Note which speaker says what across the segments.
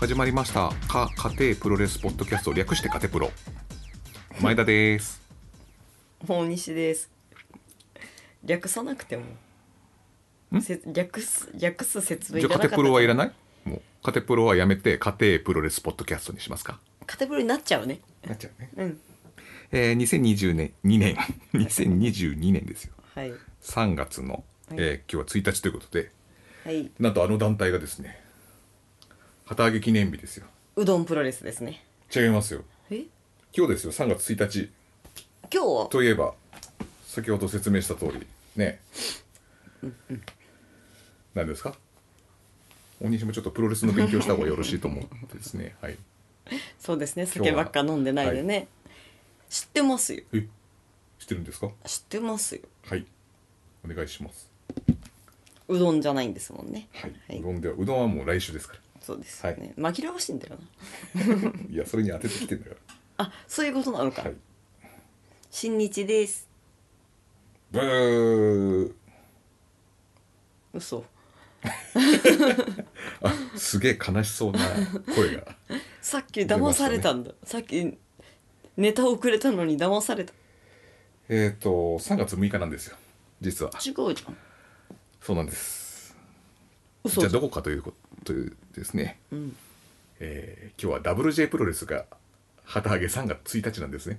Speaker 1: 始まりましたか家庭プロレスポッドキャスト略して家庭プロ前田です
Speaker 2: 大西です略さなくてもせ略す略す説明い
Speaker 1: じゃ
Speaker 2: ら
Speaker 1: あ
Speaker 2: な
Speaker 1: 家
Speaker 2: かっ
Speaker 1: 庭
Speaker 2: た
Speaker 1: プロはいら
Speaker 2: ない
Speaker 1: ないもう家庭プロはやめて家庭プロレスポッドキャストにしますか
Speaker 2: カテプロになっちゃうね
Speaker 1: なっちゃうね
Speaker 2: うん
Speaker 1: えー、2020年2年2022年ですよ
Speaker 2: はい
Speaker 1: 3月の、えー今日は1日ということで
Speaker 2: はい
Speaker 1: なんとあの団体がですね旗揚げ記念日ですよ
Speaker 2: うどんプロレスですね
Speaker 1: 違いますよ
Speaker 2: え
Speaker 1: 今日ですよ3月1日
Speaker 2: 今日
Speaker 1: といえば先ほど説明した通りね何ですか大西もちょっとプロレスの勉強した方がよろしいと思ってです ねはい
Speaker 2: そうですね
Speaker 1: 今日
Speaker 2: 酒
Speaker 1: は
Speaker 2: ばっか飲んでないでね、知ってますよ
Speaker 1: え知ってるんですか
Speaker 2: 知ってますよ
Speaker 1: はいお願いします
Speaker 2: うどんじゃないんですもんね
Speaker 1: はい、うどんではうどんはもう来週ですか
Speaker 2: そうですよね、紛らわしいんだよな
Speaker 1: らいやそれに当ててきてんだか
Speaker 2: あそういうことなのから
Speaker 1: はい
Speaker 2: 新日です
Speaker 1: ブー
Speaker 2: 嘘
Speaker 1: あすげえ悲しそうな声が
Speaker 2: さっき騙されたんだ、さっきネタをくれたのに騙された
Speaker 1: えっと3月6日なんですよ実は
Speaker 2: 違うじゃん
Speaker 1: そうなんです
Speaker 2: 嘘
Speaker 1: じ
Speaker 2: じ
Speaker 1: ゃあ
Speaker 2: ゃん
Speaker 1: どこかということですね
Speaker 2: うん、
Speaker 1: えー今日は WJ プロレスが旗揚げ3月1日なんですね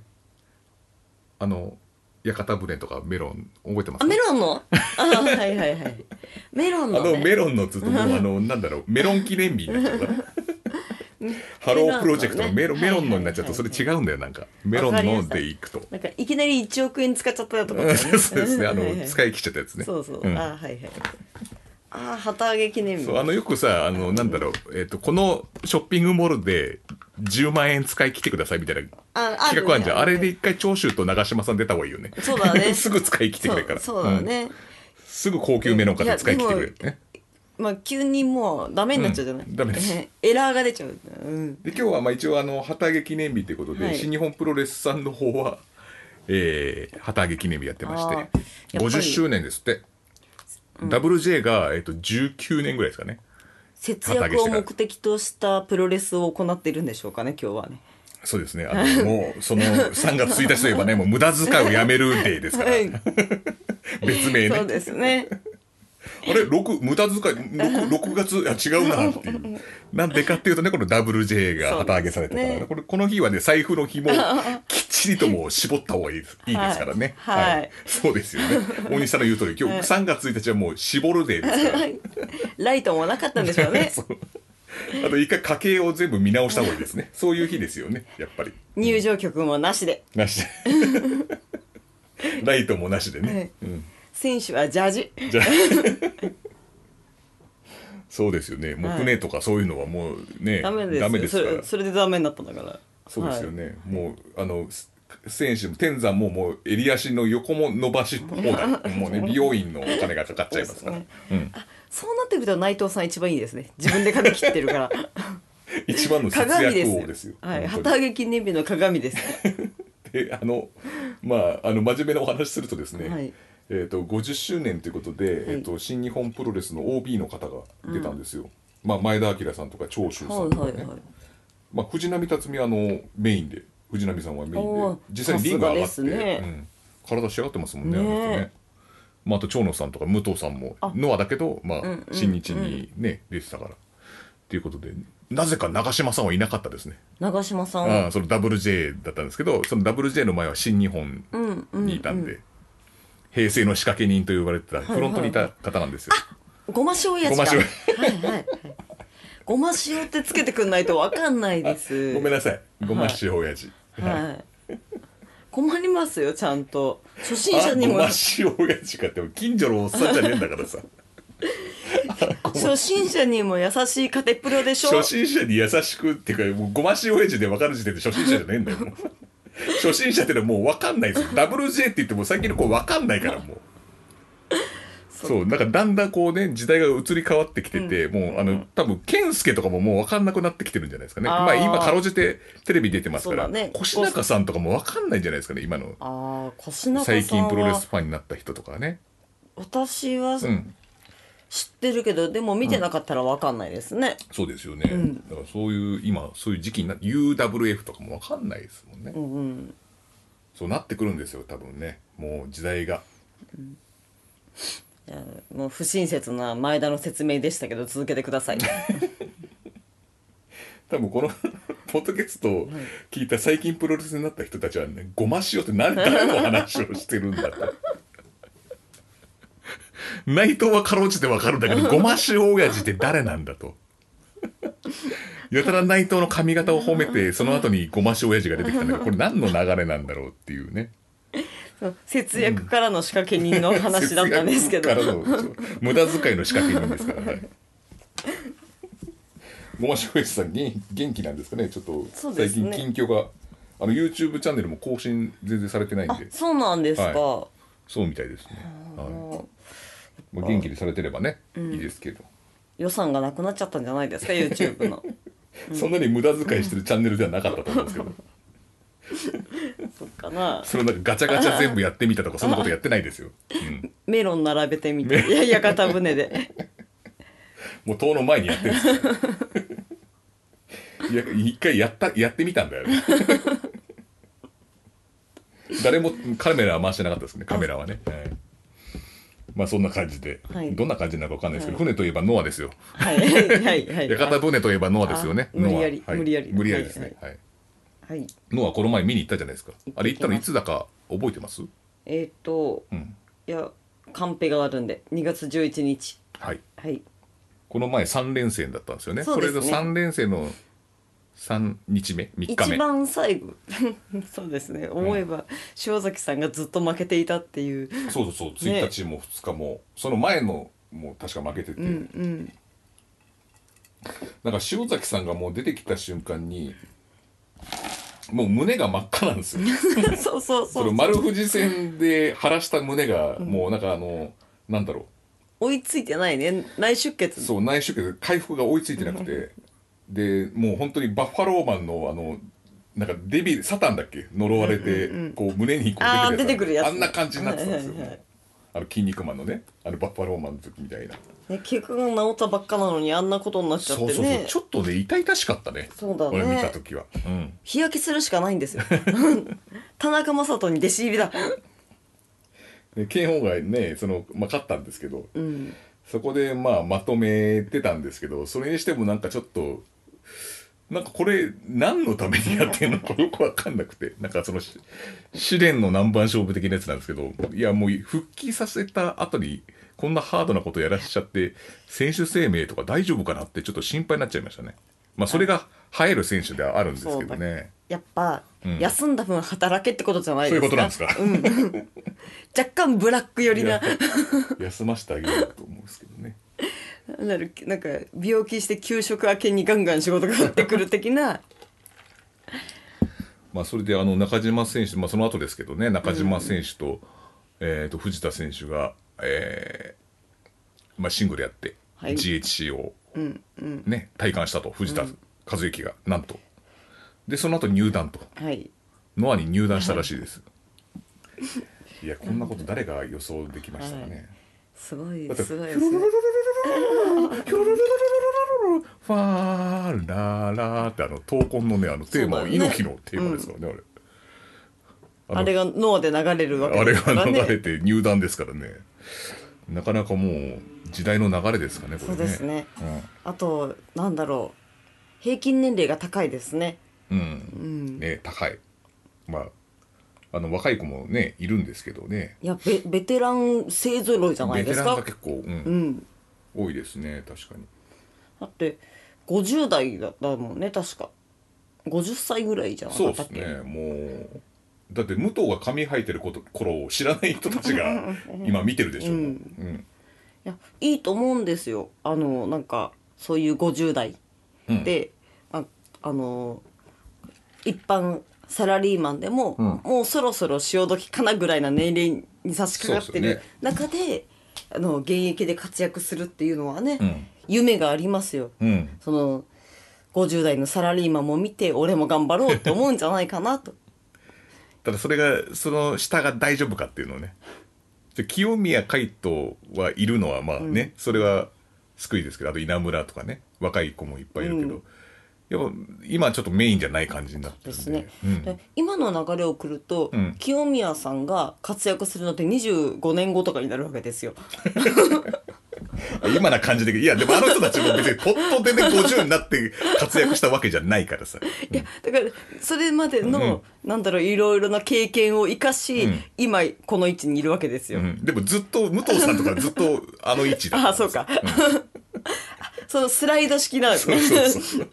Speaker 1: あの屋形船とかメロン覚えてますか
Speaker 2: あメロンのあはいはい はいメロンの,、
Speaker 1: あのメ
Speaker 2: ね、
Speaker 1: ロンのずっともうあのなんだろうメロン記念日になっち ゃうなハロープロジェクトのメロン
Speaker 2: メ
Speaker 1: メ
Speaker 2: ロ
Speaker 1: ロ
Speaker 2: ン
Speaker 1: ン
Speaker 2: のね
Speaker 1: のになっちゃうとそれ違うんだよなんかメロンのでいくと
Speaker 2: なんかいきなり1億円使っちゃったと
Speaker 1: そ
Speaker 2: か、
Speaker 1: うですねあ
Speaker 2: はいは
Speaker 1: の
Speaker 2: い
Speaker 1: 使い切っちゃったやつね
Speaker 2: そうそう、
Speaker 1: ん
Speaker 2: あはいはいあ旗揚げ記念日
Speaker 1: そうあのよくさあのなんだろう、えっとこのショッピングモールで10万円使い切ってくださいみたいな
Speaker 2: ああるね
Speaker 1: 企画あるじゃんあれで
Speaker 2: るね
Speaker 1: 一回長州と長嶋さん出た方がいいよね
Speaker 2: そうだ ね
Speaker 1: すぐ使い切ってくれるから
Speaker 2: そうそうだ
Speaker 1: うん
Speaker 2: ね、
Speaker 1: すぐ高級メロン買って使い切ってくれるね
Speaker 2: まあ急にもうダメになっちゃうじゃない、
Speaker 1: うんダメです
Speaker 2: エラーが出ちゃう、うん、
Speaker 1: で今日はまあ一応あの旗揚げ記念日ということで、
Speaker 2: はい
Speaker 1: 新日本プロレスさんの方は、えー、旗揚げ記念日やってまし
Speaker 2: あーやってぱり
Speaker 1: 50周年ですって、WJ が、えっと19年ぐらいですかね
Speaker 2: 節約を目的としたプロレスを行っているんでしょうかね今日はね
Speaker 1: そうですねあ のもうその3月1日といえばねもう無駄遣いをやめるデーですから別名ね
Speaker 2: そうですね
Speaker 1: あれ6無駄遣い 6, 6月いや違うなっていうなんでかっていうとねこの WJ が旗揚げされたから、
Speaker 2: そうです
Speaker 1: これこの日はね財布の紐 をきっちりともう絞った方がいいですいいですからね
Speaker 2: はいはい
Speaker 1: そうですよね大西さんの言う通り今日3月1日はもう絞るデーですから、
Speaker 2: ライトもなかったんでしょうね
Speaker 1: そうあと一回家計を全部見直した方がいい ですねそういう日ですよねやっぱり
Speaker 2: 入場曲もなしで
Speaker 1: なしで ライトもなしでね、
Speaker 2: はい
Speaker 1: うん
Speaker 2: 選手はジャージ
Speaker 1: じゃあ そうですよね木ねとかそういうのはもうね、
Speaker 2: ダメです
Speaker 1: か
Speaker 2: よそれ
Speaker 1: らそ
Speaker 2: それでダメになったんだから
Speaker 1: うですよね、もうあのす選手も天山ももう襟足の横も伸ばし放 題もうね美容院のお金がかかっちゃいますから
Speaker 2: そう
Speaker 1: うん、
Speaker 2: そうなってくると内藤さん一番いいですね自分で髪切ってるから
Speaker 1: 一番の 節
Speaker 2: 鏡です
Speaker 1: 約
Speaker 2: よ
Speaker 1: 王ですよ。
Speaker 2: はい、
Speaker 1: 本
Speaker 2: 旗
Speaker 1: 当
Speaker 2: 揚
Speaker 1: に
Speaker 2: げ記念日の鏡です
Speaker 1: であのまああの真面目なお話するとですね、
Speaker 2: はい
Speaker 1: えー、と50周年ということで、えー、と新日本プロレスの OB の方が出たんですよ。まあ、前田明さんとか長州さ
Speaker 2: は
Speaker 1: ん
Speaker 2: い
Speaker 1: とか
Speaker 2: は
Speaker 1: ね、
Speaker 2: いはい
Speaker 1: まあ、藤波辰巳はあのメインで藤波さんはメイン
Speaker 2: おー
Speaker 1: で実際にリング上がっ
Speaker 2: さ
Speaker 1: て、
Speaker 2: すがですね
Speaker 1: うん、体仕上がってますもんね
Speaker 2: ねえ
Speaker 1: あの人ね、まあ、あと長野さんとか武藤さんもノアだけど、まあ
Speaker 2: んうん
Speaker 1: 新日にね出てたからっていうことでなぜか長嶋さんはいなかったですね、
Speaker 2: 長嶋さん
Speaker 1: ああその WJ だったんですけどその WJ の前は新日本にいたんで、平成の仕掛け人と言われてたフロントにいた方なんですよ。
Speaker 2: ごま塩やつ
Speaker 1: ご
Speaker 2: か
Speaker 1: ま塩
Speaker 2: はいはいはいごま塩ってつけてくんないとわかんないです
Speaker 1: ごめんなさいごまし親父、
Speaker 2: はい困りますよちゃんと初心者
Speaker 1: あ
Speaker 2: に
Speaker 1: ご
Speaker 2: も
Speaker 1: まし親父かって近所のおっさんじゃねえんだからさ
Speaker 2: 初心者にも優しいカテプロでしょ
Speaker 1: 初心者に優しくっていうかもうごまし親父で分かる時点で初心者じゃねえんだよもう初心者ってのはもう分かんないですよ WJ って言っても最近の子分かんないからもうそうなんかだんだんこうね時代が移り変わってきてて、もうあの多分健介とかももう分かんなくなってきてるんじゃないですかね
Speaker 2: あー
Speaker 1: まあ今かろうじてテレビ出てますから、
Speaker 2: そうだね
Speaker 1: 越中さんとかも分かんないんじゃないですかね今の
Speaker 2: ああ腰中さんは
Speaker 1: 最近プロレスファンになった人とかね
Speaker 2: 私は
Speaker 1: うん
Speaker 2: 知ってるけどでも見てなかったらわかんないですね、
Speaker 1: そうですよね、
Speaker 2: うん
Speaker 1: だからそういう今そういう時期になって UWF とかも分かんないですもんね、
Speaker 2: うん、うん
Speaker 1: そうなってくるんですよ多分ねもう時代が
Speaker 2: いやもう不親切な前田の説明でしたけど続けてく ださい
Speaker 1: 多分この ポッドキャストを聞いた最近プロレスになった人たちはねごま塩って何誰の話をして るんだと内藤はかろうじて分かるんだ けどごま塩親父って誰なんだとやたら内藤の髪型を褒めてその後にごま塩親父が出てきたんだけどこれ何の流れなんだろうっていうね
Speaker 2: そう節約からの仕掛け人の話だったんですけど
Speaker 1: 節約からのそう無駄遣いの仕掛け人ですからね。ごましおやじさん元元気なんですかねちょっと
Speaker 2: そうで
Speaker 1: 最
Speaker 2: すね
Speaker 1: 近近況があの YouTube チャンネルも更新全然されてないん
Speaker 2: あ
Speaker 1: で
Speaker 2: そうなんですか、
Speaker 1: はそうみたいですね、は
Speaker 2: も
Speaker 1: いまあ、元気にされてればね、いいですけど、
Speaker 2: う予算がなくなっちゃったんじゃないですか YouTube の
Speaker 1: そんなに無駄遣いしてるチャンネルではなかったと思うんですけど
Speaker 2: そっかな
Speaker 1: それなんかガチャガチャ全部やってみたとかそんなことやってないですよ、うん、
Speaker 2: メロン並べてみていや屋形船で
Speaker 1: もう遠の前にやってるんで すよいや一回やったやってみたんだよね 誰もカメラは回してなかったですねカメラはね、はいまあそんな感じで、
Speaker 2: はい
Speaker 1: どんな感じなのかわかんないですけど、
Speaker 2: はい
Speaker 1: 船といえばノアですよ
Speaker 2: はいはいはい
Speaker 1: 屋形船といえばノアですよね
Speaker 2: あ無理やり
Speaker 1: ノアはい
Speaker 2: 無理やり
Speaker 1: 無理やりですね、はい
Speaker 2: はい
Speaker 1: ノアこの前見に行ったじゃないですかあれ行ったのい
Speaker 2: 行って
Speaker 1: つだか覚えてます
Speaker 2: えっ、と
Speaker 1: うん
Speaker 2: いやカンペがあるんで2月11日
Speaker 1: はい
Speaker 2: はい
Speaker 1: この前3連戦だったんですよね
Speaker 2: そうですね
Speaker 1: れの3連戦の3日目3日目
Speaker 2: 一番最後 そうですね思えば、塩崎さんがずっと負けていたっていう
Speaker 1: そうそうそう
Speaker 2: ね
Speaker 1: 1日も2日もその前のもう確か負けてて、
Speaker 2: うんうん
Speaker 1: なんか塩崎さんがもう出てきた瞬間にもう胸が真っ赤なんですよ
Speaker 2: そうそう そ
Speaker 1: そうの丸藤戦で晴らした胸がもうなんかあの、なんだろ
Speaker 2: 追いついてないね内出
Speaker 1: う
Speaker 2: 血
Speaker 1: そう内出血回復が追いついてなくてでもう本当にバッファローマンのあのなんかデビルサタンだっけ呪われて、
Speaker 2: うんうんうん
Speaker 1: こう胸にこ
Speaker 2: あ
Speaker 1: う
Speaker 2: ー
Speaker 1: 出てくるやつ
Speaker 2: 出てくるやつ
Speaker 1: あんな感じになってたんですよ、
Speaker 2: はいはいはい
Speaker 1: あの筋肉マンのねあのバッファローマンの時みたいな。
Speaker 2: ね、結局治ったばっかなのにあんなことになっちゃって
Speaker 1: そ
Speaker 2: ね
Speaker 1: うそうそうちょっとね痛々しかったね
Speaker 2: そうだね
Speaker 1: 俺見た時は、うん、
Speaker 2: 日焼けするしかないんですよ 田中雅人に弟子入りだ
Speaker 1: で剣王がねその、まあ、勝ったんですけど
Speaker 2: うん
Speaker 1: そこでまあまとめてたんですけどそれにしてもなんかちょっとなんかこれ何のためにやってんの かよくわかんなくてなんかそのし試練の南蛮勝負的なやつなんですけどいやもう復帰させた後にこんなハードなことやらしちゃって選手生命とか大丈夫かなってちょっと心配になっちゃいましたね。まあそれが映える選手ではあるんですけどね。
Speaker 2: やっぱ、
Speaker 1: うん
Speaker 2: 休んだ分働けってことじゃない
Speaker 1: そうい
Speaker 2: で
Speaker 1: う
Speaker 2: すか
Speaker 1: ことなんです か。
Speaker 2: 若干ブラック寄り
Speaker 1: い
Speaker 2: な
Speaker 1: や休ませてあげようと思うんですけどね
Speaker 2: なんだろうなんか病気して休職明けにガンガン仕事が入ってくる的な
Speaker 1: まあそれであの中島選手、まあ、その後ですけどね中島選手と,、えー、と藤田選手が、えーまあ、シングルやって、
Speaker 2: はい
Speaker 1: GHC を、
Speaker 2: うんうん
Speaker 1: ね、体感したと藤田和幸がなんとでその後入団と
Speaker 2: はい
Speaker 1: ノアに入団したらしいです。いやこんなこと誰が予想できましたかね。
Speaker 2: すごい
Speaker 1: だって
Speaker 2: すごいですね
Speaker 1: ファーラーラーってあの闘魂のねあのテーマは
Speaker 2: そうだよね
Speaker 1: 猪木のテーマですからね、あれ
Speaker 2: あれが脳で流れるわけ
Speaker 1: あれ
Speaker 2: ですから
Speaker 1: が
Speaker 2: ね
Speaker 1: 流れて入団ですからねなかなかもう時代の流れですかねこれ
Speaker 2: そ
Speaker 1: ね
Speaker 2: うですね
Speaker 1: う
Speaker 2: あとなんだろう平均年齢が高いですね
Speaker 1: ん、
Speaker 2: う
Speaker 1: うん
Speaker 2: ん
Speaker 1: ね高いまああの若い子もねいるんですけどね
Speaker 2: いやベベテラン勢ぞろいじゃない
Speaker 1: ベ
Speaker 2: で
Speaker 1: テ
Speaker 2: す
Speaker 1: ラン
Speaker 2: か
Speaker 1: が結構、うん
Speaker 2: うん
Speaker 1: 多いですね確かに
Speaker 2: だって50代だだもんね確か50歳ぐらいじゃなか
Speaker 1: そう
Speaker 2: った
Speaker 1: で
Speaker 2: っ
Speaker 1: す
Speaker 2: け
Speaker 1: ねもうだって武藤が髪生えてること頃を知らない人たちが今見てるでしょう、
Speaker 2: うん
Speaker 1: うん
Speaker 2: いやいいと思うんですよあのなんかそういう50代
Speaker 1: うん
Speaker 2: で、ああの一般サラリーマンでも、
Speaker 1: うん
Speaker 2: もうそろそろ潮時かなぐらいな年齢に差し掛かって
Speaker 1: そう
Speaker 2: る
Speaker 1: です
Speaker 2: 中であの現役で活躍するっていうのはね、
Speaker 1: うん
Speaker 2: 夢がありますよ。
Speaker 1: うん
Speaker 2: その50代のサラリーマンも見て俺も頑張ろうって思うんじゃないかなと
Speaker 1: ただそれがその下が大丈夫かっていうのをねで清宮海斗はいるのはまあね、それは救いですけどあと稲村とかね若い子もいっぱいいるけど、やっぱ今ちょっとメインじゃない感じになってる
Speaker 2: で
Speaker 1: ん
Speaker 2: す
Speaker 1: で
Speaker 2: ね、
Speaker 1: うん
Speaker 2: で今の流れをくると、
Speaker 1: うん
Speaker 2: 清宮さんが活躍するのって25年後とかになるわけですよ。
Speaker 1: 今な感じでいやでもあの人たちも別にポッと出て50になって活躍したわけじゃないからさ
Speaker 2: いやだからそれまでの、なんだろういろいろな経験を生かし、
Speaker 1: うん
Speaker 2: 今この位置にいるわけですよ。
Speaker 1: うんでもずっと武藤さんとかずっとあの位置だった
Speaker 2: ああそうか、 そのスライド式なんです
Speaker 1: そう
Speaker 2: ね
Speaker 1: そう そう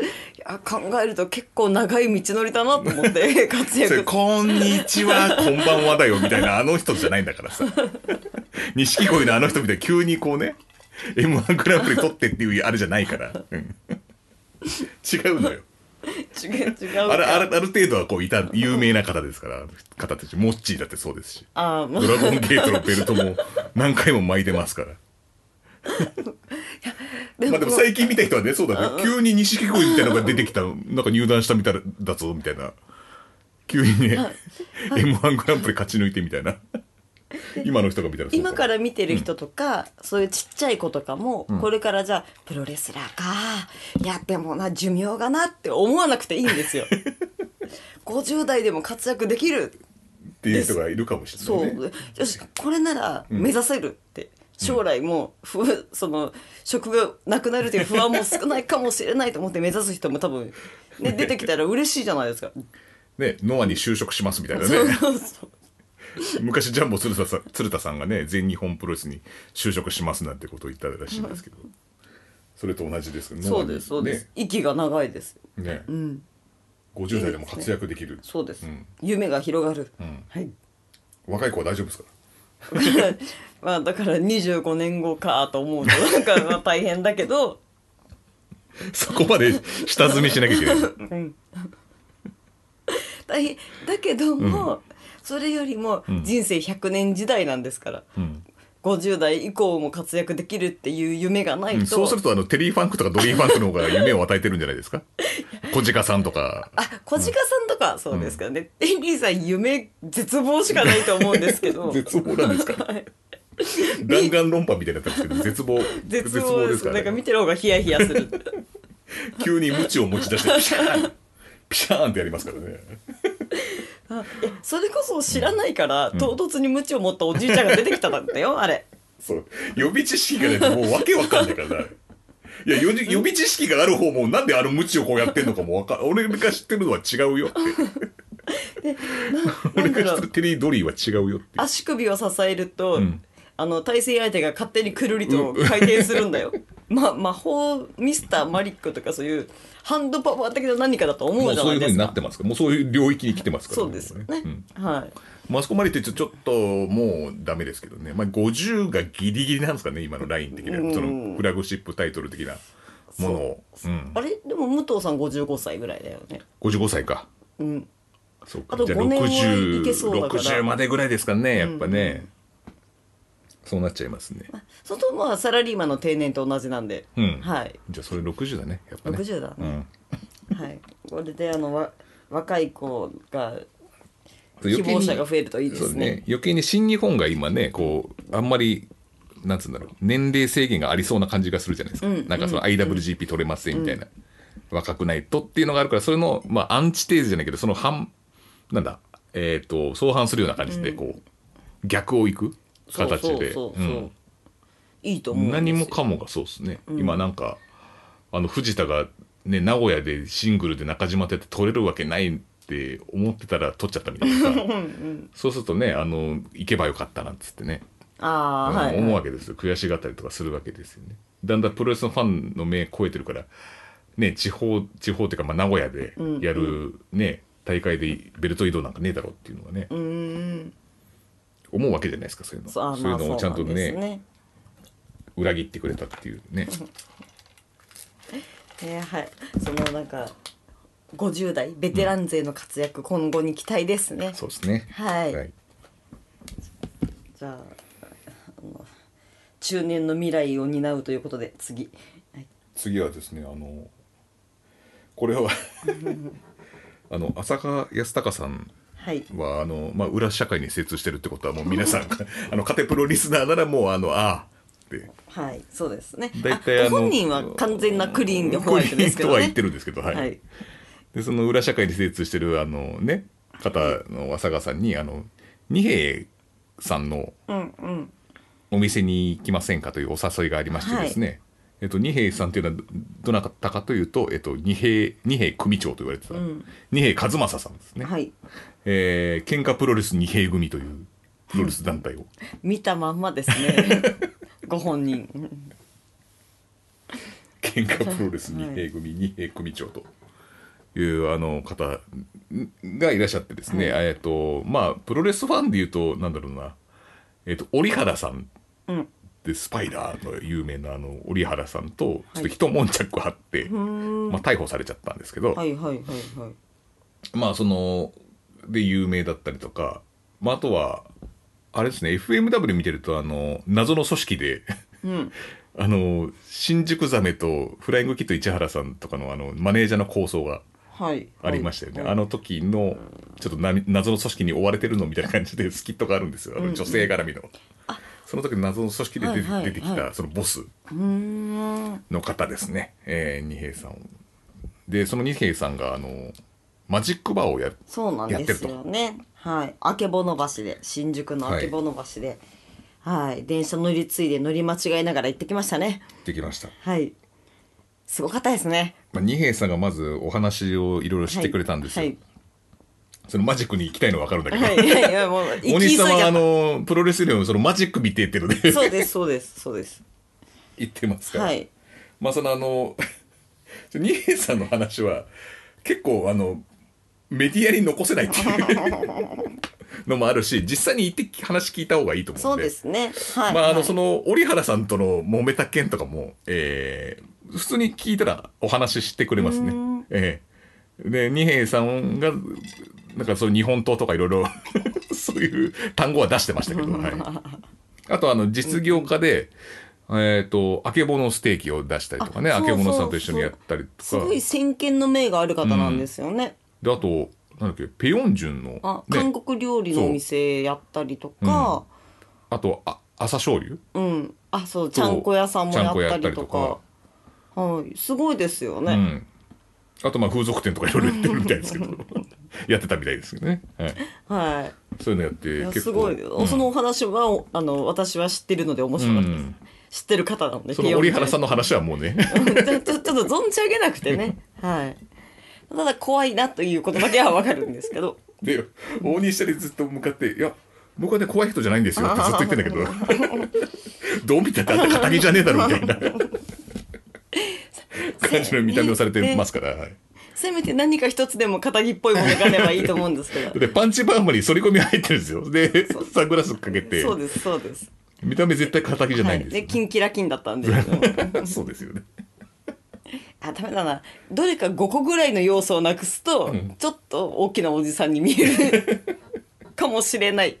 Speaker 2: いや考えると結構長い道のりだなと思って 活
Speaker 1: それ
Speaker 2: 躍
Speaker 1: こんにちはこんばんはだよみたいなあの人じゃないんだからさ錦鯉のあの人みたいに急にこうね m 1グランプリ取ってっていうあれじゃないから、うん違うのよ
Speaker 2: 違う違う
Speaker 1: あるあるある程度はこういた有名な方ですから方たちモッチーだってそうですし
Speaker 2: ああも
Speaker 1: ドラ
Speaker 2: う
Speaker 1: ゴンゲートのベルトも何回も巻いてますから。まあでも最近見た人はね、そうだね。急に錦鯉みたいなのが出て きた、なんか入団したみたいだぞ、みたいな。急にね、M1 グランプリ勝ち抜いてみたいな。今の人が見たらそう。
Speaker 2: 今からら見てる人とか、そういうちっちゃい子とかも、これからじゃあプロレスラーかいやでもな寿命がなって思わなくていいんで すよ50代でも活躍できる
Speaker 1: っていう人がいるかもしれ
Speaker 2: そ
Speaker 1: な
Speaker 2: う、
Speaker 1: いね。
Speaker 2: よしこれなら目指せるって、将来もふその職がなくなるという不安も少ないかもしれないと思って目指す人も多分、 ね、出てきたら嬉しいじゃないですか。
Speaker 1: ね、ノアに就職しますみたいな
Speaker 2: そう
Speaker 1: ね。
Speaker 2: そうそう
Speaker 1: 昔ジャンボ鶴田さん鶴田さんがね、全日本プロレスに就職しますなんてことを言ったらしいんですけど。それと同じですけど、
Speaker 2: そうですそうです、息が長いです。
Speaker 1: ね。ね
Speaker 2: うん
Speaker 1: 50代でも活躍できる。
Speaker 2: そうです、
Speaker 1: うん
Speaker 2: 夢が広がる、
Speaker 1: ん
Speaker 2: はい
Speaker 1: 若い子は大丈夫ですから。
Speaker 2: まあだから25年後かと思 うとなんかまあ大変だけど、
Speaker 1: そこまで下積みしなきゃいけない。
Speaker 2: うん、大変だけども、それよりも人生100年時代なんですから、
Speaker 1: うん
Speaker 2: 50代以降も活躍できるっていう夢がな
Speaker 1: う
Speaker 2: い
Speaker 1: ん、
Speaker 2: と、
Speaker 1: そうするとあのテリー・ファンクとかドリー・ファンクの方が夢を与えてるんじゃないですか小鹿さんとか
Speaker 2: あ小鹿さんとかそうですからね、エリーさん夢絶望しかないと思うんですけ ど
Speaker 1: 絶望なんですか
Speaker 2: はい
Speaker 1: 弾丸論破みたいになったんですけど絶望
Speaker 2: 絶望です
Speaker 1: から
Speaker 2: なんか
Speaker 1: ね
Speaker 2: 見てる方がヒヤヒヤ する
Speaker 1: 急に鞭を持ち出してピシャーンピシャーンってやりますからね
Speaker 2: あいやそれこそ知らないから、唐突に鞭を持ったおじいちゃんが出てきたんだよあれ
Speaker 1: そう予備知識がないともうわけわかんないからないやよじ予備知識がある方もなんであの鞭をこうやってんのかもわかん俺が知ってるのは違うよって
Speaker 2: な
Speaker 1: 俺
Speaker 2: んだ
Speaker 1: が知って
Speaker 2: ろ
Speaker 1: る
Speaker 2: う
Speaker 1: テリー・ドリーは違うよっていう
Speaker 2: 足首を支えると、
Speaker 1: ん
Speaker 2: あの対戦相手が勝手にくるりと回転するんだよ、ま、魔法ミスターマリックとかそういうハンドパワー的な何かだと思
Speaker 1: も
Speaker 2: う
Speaker 1: う
Speaker 2: じゃ
Speaker 1: そう
Speaker 2: ないい
Speaker 1: ふ
Speaker 2: うで
Speaker 1: うに
Speaker 2: す
Speaker 1: な
Speaker 2: か
Speaker 1: ってますからもうそういう領域に来てますから
Speaker 2: そうですよね、
Speaker 1: うん
Speaker 2: はい
Speaker 1: マスコまりってちょっともうダメですけどね、まあ、50がギリギリなんですかね今のライン的な、
Speaker 2: うん
Speaker 1: そのフラグシップタイトル的なものを、うん、
Speaker 2: あれでも武藤さん55歳ぐらいだよね
Speaker 1: 55歳か
Speaker 2: うん
Speaker 1: そうか
Speaker 2: あと
Speaker 1: じゃ
Speaker 2: 5年はいけそうだから
Speaker 1: 60までぐらいですかねやっぱね、そうなっちゃいますね
Speaker 2: そのまあサラリーマンの定年と同じなんで、
Speaker 1: うん
Speaker 2: はい
Speaker 1: じゃあそれ60だねやっぱね
Speaker 2: 60だ
Speaker 1: う
Speaker 2: ね、
Speaker 1: ん
Speaker 2: はいこれであのわ若い子が
Speaker 1: そう
Speaker 2: 希
Speaker 1: 余計
Speaker 2: 望
Speaker 1: に
Speaker 2: 者が増えるといいで
Speaker 1: そう
Speaker 2: す
Speaker 1: だ
Speaker 2: ね
Speaker 1: ね余計に新日本が今ねこうあんまりなんつうんだろう年齢制限がありそうな感じがするじゃないですか、
Speaker 2: うん
Speaker 1: なんかその IWGP 取れませんみたいな、若くないとっていうのがあるからそれの、まあ、アンチテーゼじゃないけどその反なんだえっ、と相反するような感じでこう、逆をいく
Speaker 2: そう
Speaker 1: 形で
Speaker 2: そうそ
Speaker 1: う
Speaker 2: うそう、
Speaker 1: ん
Speaker 2: いいと思うんですよ
Speaker 1: 何もかもがそうですね、今なんかあの藤田がね名古屋でシングルで中島とやって取れるわけないって思ってたら取っちゃったみたい なさそうするとねあの行けばよかったなんつってね、
Speaker 2: ああ、
Speaker 1: うん
Speaker 2: はい、
Speaker 1: 思うわけですよ悔しがったりとかするわけですよねだんだんプロレスのファンの目超えてるからね地方地方っていうかまあ名古屋でやるね、大会でベルト移動なんかねえだろうっていうのがね、
Speaker 2: うーん
Speaker 1: 思うわけじゃないですかそういうの
Speaker 2: そうあー
Speaker 1: そういうのをちゃんと
Speaker 2: まあそうな
Speaker 1: ね
Speaker 2: んですね
Speaker 1: 裏切ってくれたっていうね
Speaker 2: えーはいそのなんか50代ベテラン勢の活躍、今後に期待ですね
Speaker 1: そうですね
Speaker 2: はい
Speaker 1: はい
Speaker 2: じゃああの中年の未来を担うということで次、はい、
Speaker 1: 次はですねあの これはあの浅香康隆さん
Speaker 2: はい
Speaker 1: はあの、まあ、裏社会に精通してるってことは もう皆さんあのカテプロリスナーならもうあのああって
Speaker 2: はいそうですね
Speaker 1: 大体
Speaker 2: あ
Speaker 1: あの
Speaker 2: ご本人は完全なクリーンでホワイトですけど
Speaker 1: クリーンとは言
Speaker 2: ね
Speaker 1: ってるんですけどはい、
Speaker 2: はい
Speaker 1: でその裏社会に精通してるあのね方の浅川さんにあの二瓶さんの
Speaker 2: うんうん
Speaker 1: お店に行きませんかというお誘いがありましてですね、えっと、二瓶さんというのはどどなたかというと、えっと、二瓶二瓶組長と言われてた、
Speaker 2: ん
Speaker 1: 二瓶和正さんですね、
Speaker 2: はい
Speaker 1: えー喧嘩プロレス二瓶組というプロレス団体 を
Speaker 2: 見たまんまで すねご本人うん
Speaker 1: 喧嘩プロレス二兵組二兵組長というあの方がいらっしゃってですね、えっとまあプロレスファンでいうとなんだろうなえっ、と折原さん
Speaker 2: うん
Speaker 1: でスパイダーの有名なあの折原さんとちょっと一悶着あって、まあ、逮捕されちゃったんですけど、
Speaker 2: はいはいはいはい
Speaker 1: まあそので有名だったりとか、まあ、あとはあれですね FMW 見てるとあの謎の組織で
Speaker 2: うん
Speaker 1: あの新宿ザメとフライングキット市原さんとかのあのマネージャーの構想が
Speaker 2: はい
Speaker 1: ありましたよね、
Speaker 2: はい
Speaker 1: あの時のちょっとな謎の組織に追われてるのみたいな感じでスキットがあるんですよあの女性絡みの、その時の謎の組織で出て,、
Speaker 2: はいはいはい
Speaker 1: 出てきたそのボス
Speaker 2: うーん
Speaker 1: の方ですね、えー二平さんをでその二平さんがあのマジックバーをやる
Speaker 2: そうなんですよね。はい、あけぼの橋で、新宿のあけぼの橋で。はい、電車乗り継いで乗り間違えながら行ってきましたね。
Speaker 1: ってきました、
Speaker 2: はい。すごかったですね。
Speaker 1: まあ、二平さんがまずお話をいろいろしてくれたんですよ、
Speaker 2: はい。
Speaker 1: そのマジックに行きたいのは分かるんだけど、
Speaker 2: はい、はい、 はいや、もう、行
Speaker 1: 大
Speaker 2: き
Speaker 1: 西
Speaker 2: 急
Speaker 1: さ
Speaker 2: い
Speaker 1: ん
Speaker 2: じ
Speaker 1: は
Speaker 2: ゃ
Speaker 1: あ
Speaker 2: っ
Speaker 1: のプロレスよりもそのマジック見てっていうの
Speaker 2: た。
Speaker 1: で
Speaker 2: そうです、そうです、そうです。
Speaker 1: 言ってますから、
Speaker 2: はい。
Speaker 1: まあそのあの 二平さんの話は結構あのメディアに残せないっていう のもあるし実際に行って話聞いた方がいいと思う
Speaker 2: そ
Speaker 1: ん
Speaker 2: う
Speaker 1: で
Speaker 2: ですね。はい。
Speaker 1: まああ
Speaker 2: は
Speaker 1: の
Speaker 2: い
Speaker 1: その折原さんとの揉めた件とかも、えー普通に聞いたらお話ししてくれますね
Speaker 2: うーん。
Speaker 1: ええで二平さんがなんかそういう日本刀とかいろいろ そういう単語は出してましたけど、はい、あとあの実業家で、えっ、とあけぼのステーキを出したりとかねあ
Speaker 2: あそう
Speaker 1: け
Speaker 2: そう
Speaker 1: ぼのさんと一緒にやったりと
Speaker 2: す
Speaker 1: か
Speaker 2: ごい先見の明がある方なんですよね。
Speaker 1: であとなんだっけペヨンジュンの、ね、
Speaker 2: あ、韓国料理のお店やったりとか。
Speaker 1: あとあ朝青龍
Speaker 2: うん、あ、そう、ちゃんこ屋さんもやったりとか。はい、すごいですよね。
Speaker 1: うん、あとまあ風俗店とかいろいろやってるみたいですけ どやってたみたいですけどね、はい、
Speaker 2: はい。
Speaker 1: そういうのやっ
Speaker 2: い
Speaker 1: て
Speaker 2: や
Speaker 1: 結構
Speaker 2: すごい、
Speaker 1: うん
Speaker 2: そのお話はおあの私は知ってるので面白かったです、
Speaker 1: うん
Speaker 2: 知ってる方なんで
Speaker 1: その折原さん
Speaker 2: ん
Speaker 1: の話はもうね
Speaker 2: ちょちょ ちょっと存じ上げなくてねはいただ怖いなということだけはわかるんですけど
Speaker 1: で大西社にずっと向かって「いや僕はね怖い人じゃないんですよ」ってずっと言ってんだけど どう見たってあんた片毛じゃねえだろみたいな 感じの見た目をされてますから、はい
Speaker 2: せめて何か一つでも仇っぽいものがあればいいと思うんですけ ど
Speaker 1: でパンチバーマに反り込み入ってるんですよで
Speaker 2: そう
Speaker 1: サングラスかけて
Speaker 2: そうですそうです
Speaker 1: 見た目絶対片毛じゃないんで
Speaker 2: はい、
Speaker 1: すよ
Speaker 2: で、キンキラキンだったんでうん
Speaker 1: そうですよね
Speaker 2: あダメだなどれか5個ぐらいの要素をなくすと、
Speaker 1: ん
Speaker 2: ちょっと大きなおじさんに見える かもしれない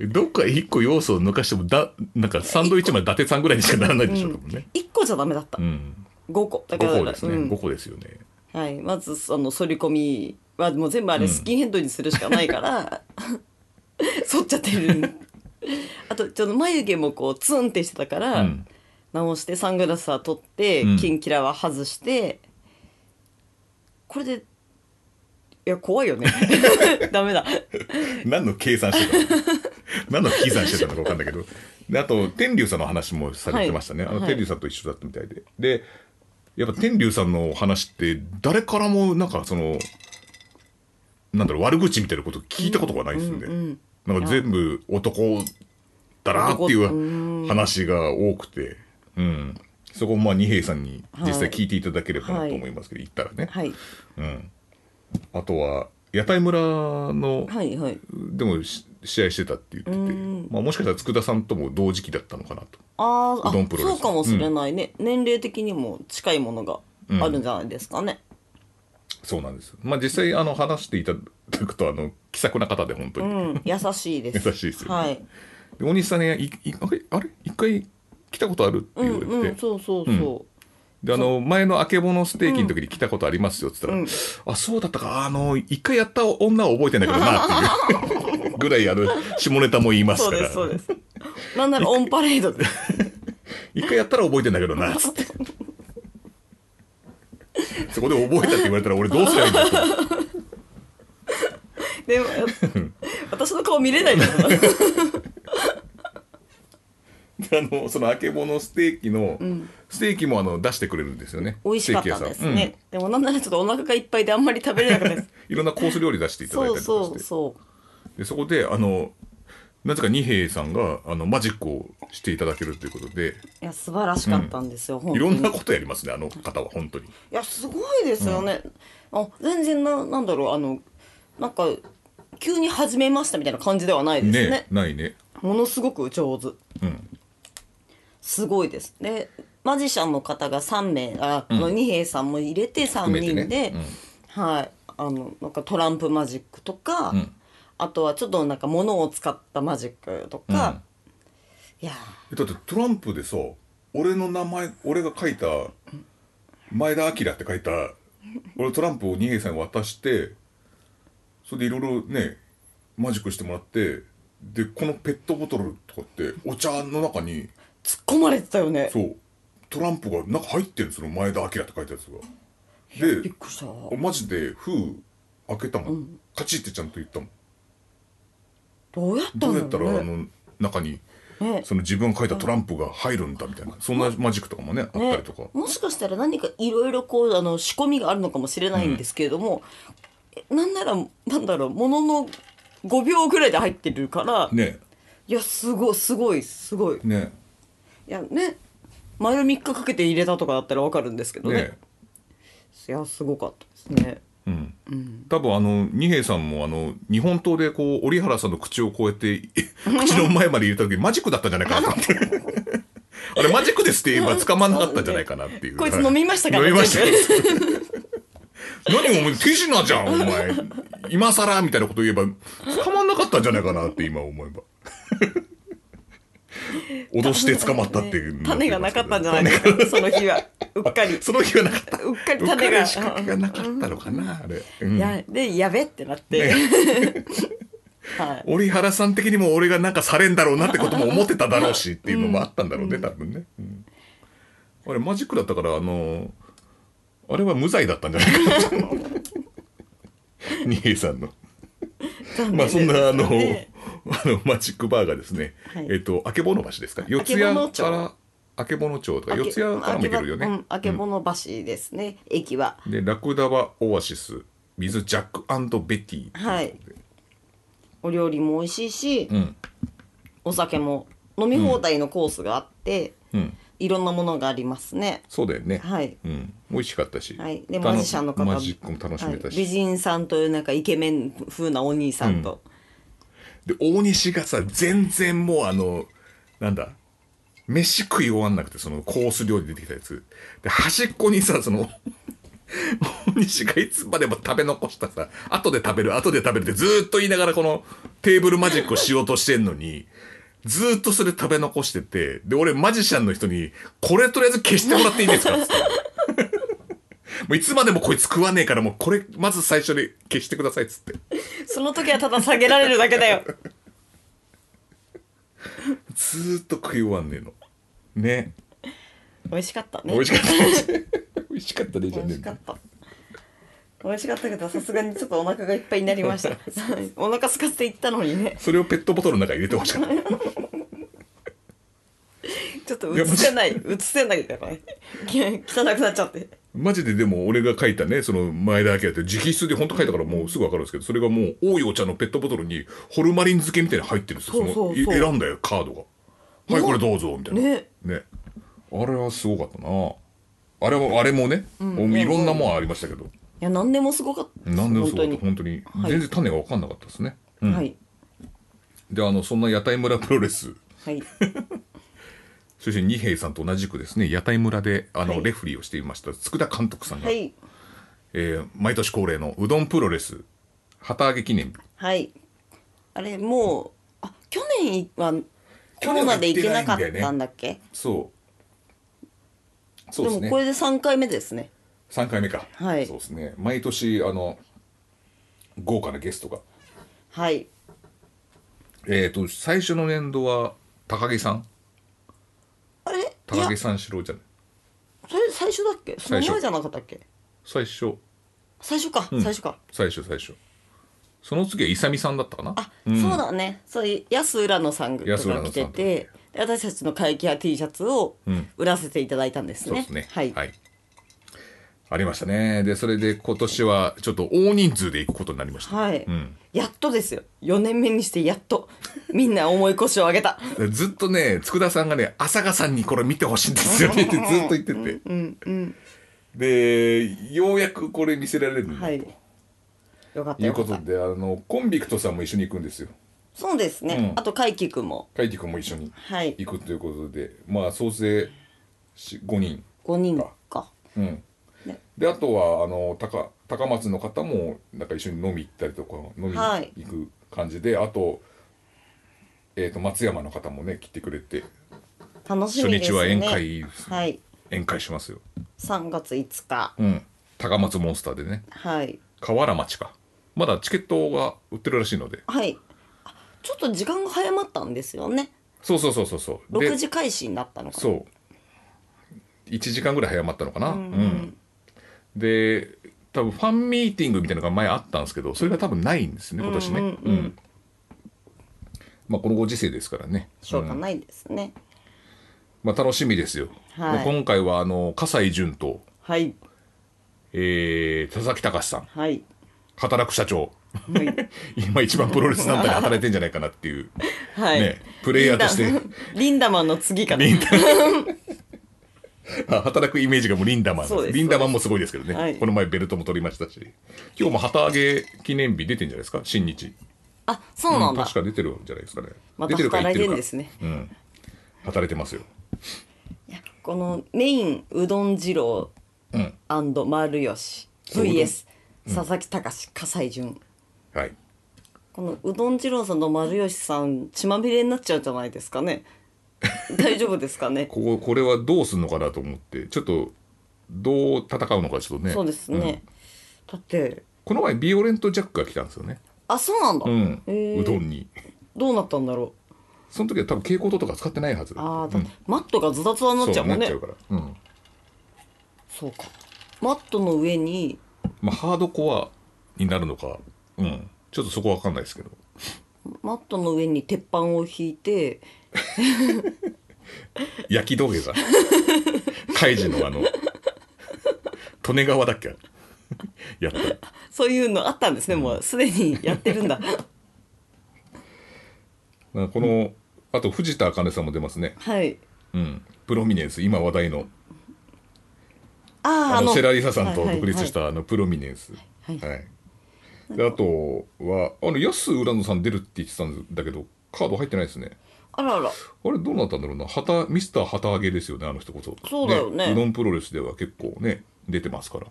Speaker 1: どっか一個要素を抜かしてもだなんかサンドイッチマン伊達さんぐらいにしかならないでしょう多分ね。
Speaker 2: 1個じゃダメだった、
Speaker 1: うん。
Speaker 2: 5個だから
Speaker 1: 五個です
Speaker 2: う
Speaker 1: ね。
Speaker 2: ん
Speaker 1: 五個ですよね。
Speaker 2: はい、まずその反り込みはもう全部あれスキンヘッドにするしかないから、 反っちゃってる あとちょっと眉毛もこうツンってしてたから、
Speaker 1: うん
Speaker 2: 直してサングラスは取って、
Speaker 1: うん
Speaker 2: キンキラは外してこれでいや怖いよね ダメだ
Speaker 1: 何の計算してたの？ 何の計算してたのかわかんないけど。であと天竜さんの話もされてましたね。
Speaker 2: は
Speaker 1: あ
Speaker 2: い
Speaker 1: の
Speaker 2: はい
Speaker 1: 天竜さんと一緒だったみたいで。で、やっぱ天竜さんのお話って誰からもなんかそのなんだろう悪口みたいなこと聞いたことがないですよね。
Speaker 2: うん
Speaker 1: なんか全部男だなっていう話が多くて、うん、そこをまあ二平さんに実際聞いていただければなと思いますけど、行ったらね、
Speaker 2: はい
Speaker 1: うん、あとは屋台村の、
Speaker 2: はいはい
Speaker 1: でもし試合してたって言ってて、
Speaker 2: うん
Speaker 1: まあ、もしかしたら佃さんとも同時期だったのかなと
Speaker 2: あー
Speaker 1: うどんプ
Speaker 2: あ
Speaker 1: ロレス
Speaker 2: そうかもしれないね、年齢的にも近いものがあるんじゃないですかね、
Speaker 1: そうなんです、まあ、実際あの話していただくとあの気さくな方で本当
Speaker 2: う
Speaker 1: に、
Speaker 2: ん、優しいで す
Speaker 1: 優しいですよね
Speaker 2: はい
Speaker 1: で大西さんに、いいあれあれ一回来たことあるって
Speaker 2: う
Speaker 1: 言わ
Speaker 2: ん
Speaker 1: れて、
Speaker 2: うんそうそうそう、
Speaker 1: であの前のあけぼのステーキの時に来たことありますよって言ったら、あそうだったかあの一回やった女は覚えてんだけどなっていう ぐらいあの下ネタも言います
Speaker 2: そう
Speaker 1: か
Speaker 2: で
Speaker 1: ら
Speaker 2: すそうですなんならオンパレード で
Speaker 1: 一回やったら覚えてんだけどなっつってそこで覚えたって言われたら俺どうすりゃいいんだろう
Speaker 2: でも私の顔見れないんだから
Speaker 1: あのそのあけぼのステーキの、
Speaker 2: ん
Speaker 1: ステーキもあの出してくれるんですよね
Speaker 2: 美味しかったで
Speaker 1: ス
Speaker 2: す
Speaker 1: テーキ屋さん
Speaker 2: ね、でもなんならちょっとお腹がいっぱいであんまり食べれなかったです
Speaker 1: うんいろんなコース料理出していただい
Speaker 2: そ
Speaker 1: たり
Speaker 2: う
Speaker 1: とかして
Speaker 2: そうそう
Speaker 1: でそこであのなぜか二平さんがあのマジックをしていただけるということで
Speaker 2: いや素晴らしかったんですよ、本
Speaker 1: い
Speaker 2: 当
Speaker 1: ろ
Speaker 2: に
Speaker 1: んなことやりますねあの方は本当に
Speaker 2: いやすごいですよね、あ全然ななんだろうあのなんか急に始めましたみたいな感じではないですね
Speaker 1: ねないね
Speaker 2: ものすごく上手
Speaker 1: うん
Speaker 2: すごいですでマジシャンの方が3名あこの二平さんも入れて3人で、
Speaker 1: 含めてね
Speaker 2: はいあのなんかトランプマジックとか、
Speaker 1: ん
Speaker 2: あとはちょっとなんか物を使ったマジックとか、いや
Speaker 1: えだってトランプでさ俺の名前俺が書いた前田明って書いた俺トランプを二平さんに渡してそれでいろいろねマジックしてもらってでこのペットボトルとかってお茶の中に
Speaker 2: 突っ込まれてたよね
Speaker 1: そうトランプがなんか入ってるんですよ前田明って書いたやつが。で
Speaker 2: びっくりしたど
Speaker 1: マジで封開けたもん、カチってちゃんと言ったもん
Speaker 2: うやった
Speaker 1: ど
Speaker 2: ん
Speaker 1: う
Speaker 2: だ
Speaker 1: やったら
Speaker 2: ろ
Speaker 1: あ
Speaker 2: うね
Speaker 1: の中に
Speaker 2: ね
Speaker 1: その自分が書いたトランプが入るんだみたいなそんなマジックとかもねあったりとか、
Speaker 2: ね、もしかしたら何かいろいろこうあの仕込みがあるのかもしれないんですけれども、えなんならなんだろうものの5秒ぐらいで入ってるから、
Speaker 1: ね
Speaker 2: いやすごいすごいすごいい
Speaker 1: ね
Speaker 2: やね丸3日かけて入れたとかだったらわかるんですけど
Speaker 1: ね
Speaker 2: ねいやすごかったですね
Speaker 1: うん、多分あの二瓶さんもあの日本刀でこう折原さんの口をこうやって 口の前まで入れた時マジックだったんじゃないかなと思ってあれマジックですって言えば捕まんなかったんじゃないかなっていう
Speaker 2: こいつ飲みましたから
Speaker 1: 飲みました
Speaker 2: 全部
Speaker 1: 何お前手品じゃんお前今更みたいなこと言えば捕まんなかったんじゃないかなって今思え ば脅して捕まったっていうの
Speaker 2: ね
Speaker 1: が
Speaker 2: 種がなかったんじゃないですかその日はうっかり
Speaker 1: その日はなかった
Speaker 2: うっかり
Speaker 1: うっか
Speaker 2: 種
Speaker 1: り
Speaker 2: が
Speaker 1: 仕掛けがなかったのかなあれ、うん
Speaker 2: いやでやべってなって、 はい
Speaker 1: 折原さん的にも俺がなんかされんだろうなってことも思ってただろうしっていうのもあったんだろうね、多分ね、うんあれマジックだったからあのあれは無罪だったんじゃないか な二平さんの。まあそんなあの、
Speaker 2: ね
Speaker 1: あのマジックバーがですね、
Speaker 2: はい
Speaker 1: えっとあけぼの橋ですか四谷
Speaker 2: 曙町
Speaker 1: からあけぼの町とか四谷からも行けるよね、
Speaker 2: あけぼの橋ですね、駅は。
Speaker 1: でラクダはオアシスビズ・ジャックベティ
Speaker 2: はい。お料理も美味しいし、
Speaker 1: うん
Speaker 2: お酒も飲み放題のコースがあって、
Speaker 1: うん
Speaker 2: いろんなものがありますね。
Speaker 1: そうだよね、
Speaker 2: はい。
Speaker 1: うん美味しかったし、
Speaker 2: はい、で
Speaker 1: たの
Speaker 2: マジシャンの方
Speaker 1: マジックも楽しめた
Speaker 2: はい
Speaker 1: し、
Speaker 2: 美人さんというなんかイケメン風なお兄さんと、
Speaker 1: で大西がさ全然もうあのなんだ飯食い終わんなくてそのコース料理出てきたやつで端っこにさその大西がいつまでも食べ残したさ後で食べる後で食べるってずーっと言いながらこのテーブルマジックをしようとしてんのにずーっとそれ食べ残しててで俺マジシャンの人に「これとりあえず消してもらっていいですか?」っつって。もういつまでもこいつ食わねえからもうこれまず最初に消してくださいっつって
Speaker 2: その時はただ下げられるだ けだよ。
Speaker 1: ずーっと食い終わんねえのね
Speaker 2: 美味しかったね。
Speaker 1: 美味しかった。 美味しかったね、じ
Speaker 2: 美
Speaker 1: ゃ
Speaker 2: 味
Speaker 1: ね
Speaker 2: しかった。美味しかったけどさすがにちょっとお腹がいっぱいにな りましたお腹空かせて行ったのにね
Speaker 1: それをペットボトルの中に入れてほしかった。
Speaker 2: ちょっと映せない映せないからね汚くなっちゃって
Speaker 1: マジででも俺が書いたね、その前田明って直筆で本当書いたからもうすぐわかるんですけど、それがもう多いお茶のペットボトルにホルマリン漬けみたいに入ってるんですよ。
Speaker 2: そうそうそう
Speaker 1: のい選んだよ、カードが。はい、これどうぞ、みたいな。
Speaker 2: ね。
Speaker 1: あれはすごかったな。あれも、あれもね、
Speaker 2: ん
Speaker 1: いろんなもんありましたけど、
Speaker 2: いや何でもすごかったです
Speaker 1: なんでもそうだった、
Speaker 2: 本
Speaker 1: 本当に
Speaker 2: は。い
Speaker 1: 全然種がわかんなかったですね。
Speaker 2: 当にはい
Speaker 1: で、あの、そんな屋台村プロレス。
Speaker 2: はい
Speaker 1: そして二平さんと同じくですね屋台村であの、
Speaker 2: はい
Speaker 1: レフェリーをしていました佃監督さんが、
Speaker 2: はい
Speaker 1: えー毎年恒例のうどんプロレス旗揚げ記念日
Speaker 2: はいあれもうあ去年はコロナで行けなかったんだっけ
Speaker 1: そそうです
Speaker 2: も
Speaker 1: ね
Speaker 2: これで3回目ですね
Speaker 1: 3回目か、
Speaker 2: はい
Speaker 1: そうですね毎年あの豪華なゲストが
Speaker 2: はい
Speaker 1: えっ、と最初の年度は高木さん
Speaker 2: あれいや
Speaker 1: 高木三四郎じゃない
Speaker 2: それ最初だっけそ
Speaker 1: 最
Speaker 2: の
Speaker 1: 初
Speaker 2: 前じゃなかったっけ
Speaker 1: 最初
Speaker 2: 最初か、
Speaker 1: うん
Speaker 2: 最初か
Speaker 1: 最初最初その次はイサミさんだったかな
Speaker 2: あ、
Speaker 1: ん
Speaker 2: そうだねそういう安浦野さんとか
Speaker 1: 安浦野さ
Speaker 2: 来
Speaker 1: んと
Speaker 2: て
Speaker 1: か
Speaker 2: てで私たちの会計や T シャツを
Speaker 1: うん
Speaker 2: 売らせていただいたんですね、
Speaker 1: そうですね
Speaker 2: はい、
Speaker 1: ありましたねでそれで今年はちょっと大人数で行くことになりました、
Speaker 2: はい
Speaker 1: うん
Speaker 2: やっとですよ4年目にしてやっとみんな重い腰を上げた
Speaker 1: ずっとね佃さんがね朝香さんにこれ見てほしいん ですよねってずっと言ってて
Speaker 2: うんうん
Speaker 1: でようやくこれ見せられるんだと、、
Speaker 2: はいいよかった
Speaker 1: う
Speaker 2: よか
Speaker 1: こ
Speaker 2: った
Speaker 1: とであのコンビクトさんも一緒に行くんですよ
Speaker 2: そうですね、
Speaker 1: うん
Speaker 2: あと海輝くんも
Speaker 1: 海輝君も一緒に
Speaker 2: はい
Speaker 1: 行くということでまあ総勢5人
Speaker 2: 5人か
Speaker 1: うん
Speaker 2: ね
Speaker 1: であとはあの高高松の方もなんか一緒に飲み行ったりとか飲みに
Speaker 2: はい
Speaker 1: 行く感じで、あと,、えー、と松山の方もね来てくれて
Speaker 2: 楽し
Speaker 1: 初
Speaker 2: みですね
Speaker 1: 日は宴会ですね、
Speaker 2: はい
Speaker 1: 宴会しますよ、
Speaker 2: 3月5日
Speaker 1: うん、高松モンスターでね
Speaker 2: はい
Speaker 1: 河原町かまだチケットが売ってるらしいので
Speaker 2: はいあちょっと時間が早まったんですよね
Speaker 1: そうそうそうそうそうで
Speaker 2: 6時開始になったのかな
Speaker 1: そう1時間ぐらい早まったのかな、
Speaker 2: うん
Speaker 1: うんで多分ファンミーティングみたいなのが前あったんですけどそれが多分ないんですね今年ね
Speaker 2: う
Speaker 1: うんん
Speaker 2: うんうん
Speaker 1: まあこのご時世ですからね
Speaker 2: しょうが
Speaker 1: うん
Speaker 2: ないですね、
Speaker 1: まあ楽しみですよ、
Speaker 2: はい
Speaker 1: 今回はあの笠井淳と、
Speaker 2: はい
Speaker 1: えー、佐々木隆さん
Speaker 2: はい
Speaker 1: 働く社長
Speaker 2: はい、
Speaker 1: 今一番プロレス団体で働いてんじゃないかなっていう、
Speaker 2: はい
Speaker 1: ねプレイヤーとして
Speaker 2: リンダ リンダマンの次かな
Speaker 1: リンダあ働くイメージがもうリンダマン
Speaker 2: そうです
Speaker 1: リンダマンもすごいですけどね、
Speaker 2: はい
Speaker 1: この前ベルトも取りましたし今日も旗揚げ記念日出てんじゃないですか新日
Speaker 2: あそうなんだ、
Speaker 1: 確か出てるんじゃないですかね
Speaker 2: ま
Speaker 1: 出
Speaker 2: た
Speaker 1: てるか言っ
Speaker 2: 働
Speaker 1: て
Speaker 2: いて
Speaker 1: る
Speaker 2: ん
Speaker 1: か
Speaker 2: ですね
Speaker 1: うん働いてますよ
Speaker 2: いやこのメインうどん二郎
Speaker 1: うん
Speaker 2: 丸吉
Speaker 1: そううどん
Speaker 2: VS 佐々木隆笠井淳
Speaker 1: はい
Speaker 2: このうどん二郎さんと丸吉さん血まみれになっちゃうんじゃないです かね大丈夫ですかね
Speaker 1: こここれはどうするのかなと思ってちょっとどう戦うのかちょっとね
Speaker 2: そうです
Speaker 1: ん
Speaker 2: ね、だって
Speaker 1: この前ビオレントジャックが来たんですよね
Speaker 2: あそうなんだ、
Speaker 1: うん
Speaker 2: へー
Speaker 1: うどんに
Speaker 2: どうなったんだろう
Speaker 1: その時は多分蛍光灯とか使ってないはず
Speaker 2: あーだ
Speaker 1: う
Speaker 2: って、マットがズタズタになっ
Speaker 1: ん
Speaker 2: ち
Speaker 1: そ
Speaker 2: ゃう
Speaker 1: うな
Speaker 2: も
Speaker 1: んっ
Speaker 2: ね
Speaker 1: ちゃ
Speaker 2: そう
Speaker 1: からうん
Speaker 2: かマットの上に
Speaker 1: まあハードコアになるのかうんちょっとそこは分かんないですけど
Speaker 2: マットの上に鉄板を引いて
Speaker 1: 焼き土下 座カイジのあの利根川だっけやった
Speaker 2: そういうのあったんですねもうすでにやって るんだ
Speaker 1: なんかこのあと藤田茜さんも出ますね
Speaker 2: はい
Speaker 1: うんプロミネンス今話題の
Speaker 2: あ
Speaker 1: あ
Speaker 2: あ
Speaker 1: の
Speaker 2: あ
Speaker 1: セラリサさんと
Speaker 2: はいはい
Speaker 1: 独立したあのプロミネンス
Speaker 2: はいはい
Speaker 1: はいであとはあの安浦野さん出るって言ってたんだけどカード入ってないですね
Speaker 2: あらあら
Speaker 1: あれどうなったんだろうな旗ミスター旗揚げですよねあの人こそ
Speaker 2: そうだよね
Speaker 1: うどんプロレスでは結構ね出てますから